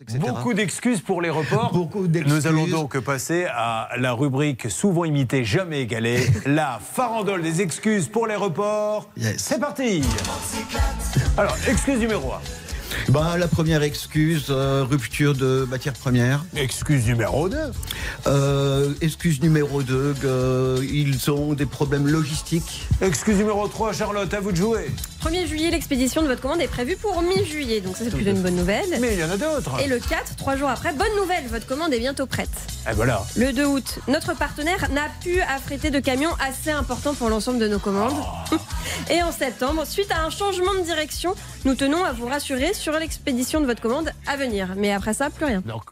etc. Beaucoup d'excuses pour les reports. Beaucoup d'excuses. Nous allons donc passer à la rubrique souvent imitée, jamais égalée, la farandole des excuses pour les reports. Yes. C'est parti Alors, excuse numéro 1. Ben, la première excuse, euh, rupture de matière première. Excuse numéro 2. Euh, excuse numéro 2, ils ont des problèmes logistiques. Excuse numéro 3, Charlotte, à vous de jouer. 1er juillet, l'expédition de votre commande est prévue pour mi-juillet, donc ça c'est plutôt une bonne nouvelle. Mais il y en a d'autres. Et le 4, trois jours après, bonne nouvelle, votre commande est bientôt prête. Et Eh, voilà. Le 2 août, notre partenaire n'a pu affréter de camions assez importants pour l'ensemble de nos commandes. Et en septembre, suite à un changement de direction, nous tenons à vous rassurer sur l'expédition de votre commande à venir. Mais après ça, plus rien. Donc,